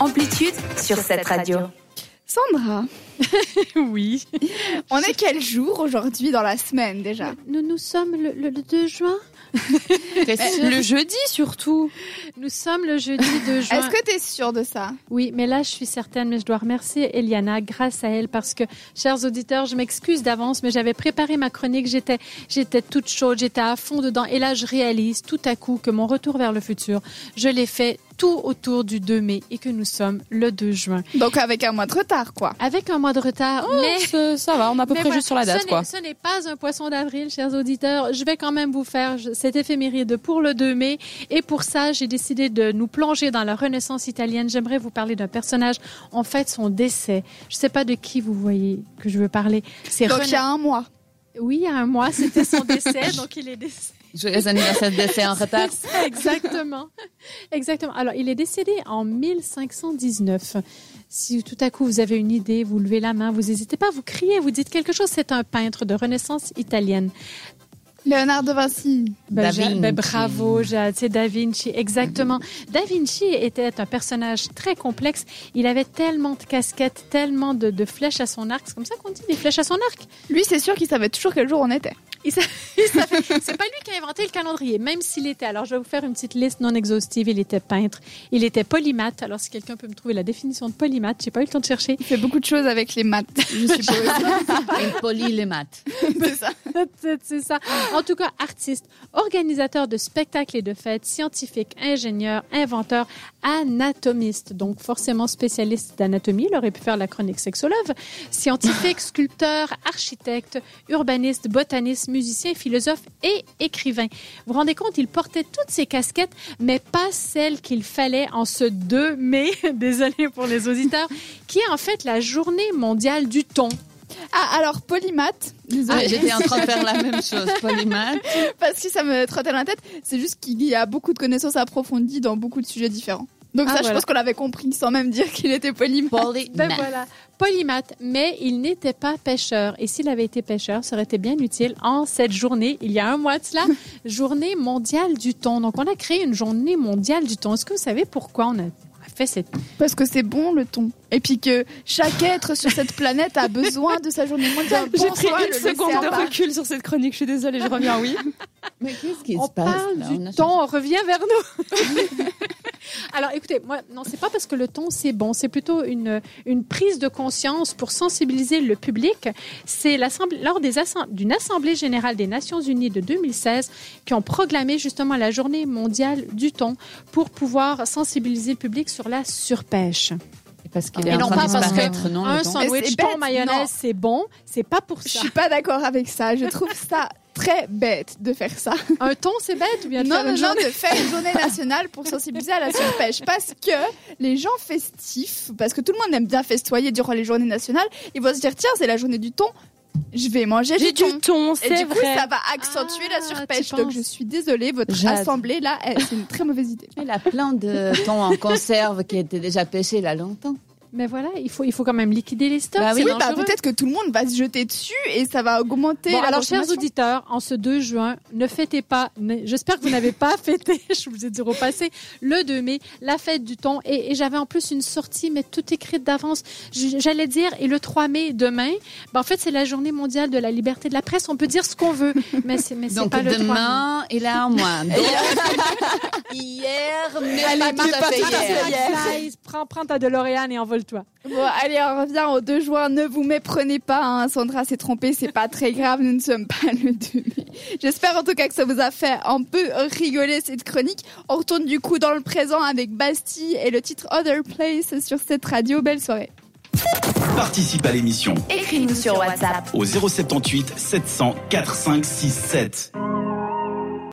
Amplitude sur cette radio. Sandra, Oui. on est quel jour aujourd'hui dans la semaine déjà Nous nous sommes le, le- le 2 juin. Le jeudi surtout. Nous sommes le jeudi 2 juin. Est-ce que tu es sûre de ça Oui, mais là, je suis certaine, mais je dois remercier Eliana grâce à elle parce que, chers auditeurs, je m'excuse d'avance, mais j'avais préparé ma chronique, j'étais, j'étais toute chaude, j'étais à fond dedans. Et là, je réalise tout à coup que mon retour vers le futur, je l'ai fait tout autour du 2 mai et que nous sommes le 2 juin. Donc avec un mois de retard quoi. Avec un mois de retard, Oh, mais Ça, ça va, on est à peu Mais près voilà, juste sur la ce date n'est- quoi. Ce n'est pas un poisson d'avril, chers auditeurs. Je vais quand même vous faire je- cette éphéméride pour le 2 mai. Et pour ça, j'ai décidé de nous plonger dans la Renaissance italienne. J'aimerais vous parler d'un personnage, en fait, son décès. Je ne sais pas de qui vous voyez que je veux parler. C'est Donc Rena- il y a un mois. Oui, il y a un mois, c'était son décès, donc il est décédé. Joyeux anniversaire de c'est en retard. Exactement. Exactement. Alors, il est décédé en 1519. Si tout à coup vous avez une idée, vous levez la main, vous n'hésitez pas, vous criez, vous dites quelque chose. C'est un peintre de Renaissance italienne. Léonard de Vinci. Ben, Da Jade, Vinci. ben, bravo, Jade, c'est Da Vinci, exactement. Da Vinci était un personnage très complexe. Il avait tellement de casquettes, tellement de, de flèches à son arc. C'est comme ça qu'on dit, des flèches à son arc. Lui c'est sûr qu'il savait toujours quel jour on était. C'est pas lui qui a inventé le calendrier, même s'il était. Alors, je vais vous faire une petite liste non exhaustive. Il était peintre, il était polymathe. Alors, si quelqu'un peut me trouver la définition de polymathe, j'ai pas eu le temps de chercher. Il fait beaucoup de choses avec les maths, je suppose. Il polit les maths. C'est ça. C'est- C'est ça. En tout cas, artiste, organisateur de spectacles et de fêtes, scientifique, ingénieur, inventeur, anatomiste, donc forcément spécialiste d'anatomie, il aurait pu faire la chronique sexologue, scientifique, sculpteur, architecte, urbaniste, botaniste, musicien, philosophe et écrivain. Vous vous rendez compte, il portait toutes ces casquettes, mais pas celles qu'il fallait en ce 2 mai, désolé pour les auditeurs, qui est en fait la journée mondiale du thon. Ah alors polymath, désolée, Ah, Ouais, J'étais en train de faire la même chose, polymath. parce que ça me trottait dans la tête, c'est juste qu'il y a beaucoup de connaissances approfondies dans beaucoup de sujets différents. Donc Ah, ça je voilà. pense qu'on l'avait compris sans même dire qu'il était polymath. Ben Polymath. voilà, polymathe, mais il n'était pas pêcheur. Et s'il avait été pêcheur, ça aurait été bien utile en cette journée, il y a un mois de cela, journée mondiale du thon. Donc on a créé une journée mondiale du thon. Est-ce que vous savez pourquoi on a on a fait cette... Parce que c'est bon le thon. Et puis que chaque être sur cette planète a besoin de sa journée mondiale. J'ai Bon pris soin, une le laisser seconde à de part. recul sur cette chronique, je suis désolée, je reviens, oui. Mais qu'est-ce qui On parle du thon, on revient vers nous. Alors écoutez, moi, non, c'est pas parce que le thon c'est bon, c'est plutôt une, une prise de conscience pour sensibiliser le public. C'est l'assemblée- lors des assem- d'une assemblée générale des Nations Unies de 2016 qui ont proclamé justement la journée mondiale du thon pour pouvoir sensibiliser le public sur la surpêche. Parce qu'il Et est en non pas train de parce que disparaître, non, Un le thon sandwich C'est bête, thon non. mayonnaise c'est bon, c'est pas pour Je ça. suis pas d'accord avec ça. Je trouve ça très bête de faire ça. Un thon c'est bête ou bien de Non, faire non, une non, de faire une journée nationale pour sensibiliser à la surpêche. Parce que les gens festifs, parce que tout le monde aime bien festoyer durant les journées nationales, ils vont se dire tiens, c'est la journée du thon, je vais manger du J'ai thon. du ton, Et c'est du coup, vrai. ça va accentuer Ah, la surpêche. tu Donc, penses. je suis désolée, votre Jade. assemblée là, elle- c'est une très mauvaise idée. Il a plein de thons en conserve qui étaient déjà pêchés il y a longtemps. Mais voilà, il faut, il faut quand même liquider les stocks. Bah c'est oui, Oui, bah, dangereux. peut-être que tout le monde va se jeter dessus et ça va augmenter Bon, la alors, chers consommation. auditeurs, en ce 2 juin, ne fêtez pas, ne- j'espère que vous n'avez pas fêté, je vous ai dit au passé, le 2 mai, la fête du thon. Et, et j'avais en plus une sortie, mais toute écrite d'avance. J- J'allais dire, et le 3 mai, demain, ben, en fait, c'est la journée mondiale de la liberté de la presse. On peut dire ce qu'on veut, mais c'est mais c'est Donc pas le 3 mai. demain, il a un mois. Donc, hier, mais pas tout à fait hier. Marie-Claire, Prends, prends ta DeLorean et envole-toi. Bon, allez, on revient au 2 juin. Ne vous méprenez pas, hein. Sandra s'est trompée, c'est pas très grave, nous ne sommes pas le 2 mai. J'espère en tout cas que ça vous a fait un peu rigoler cette chronique. On retourne du coup dans le présent avec Bastille et le titre Other Place sur cette radio. Belle soirée. Participe à l'émission Écris-nous sur WhatsApp. au 078 700 4567.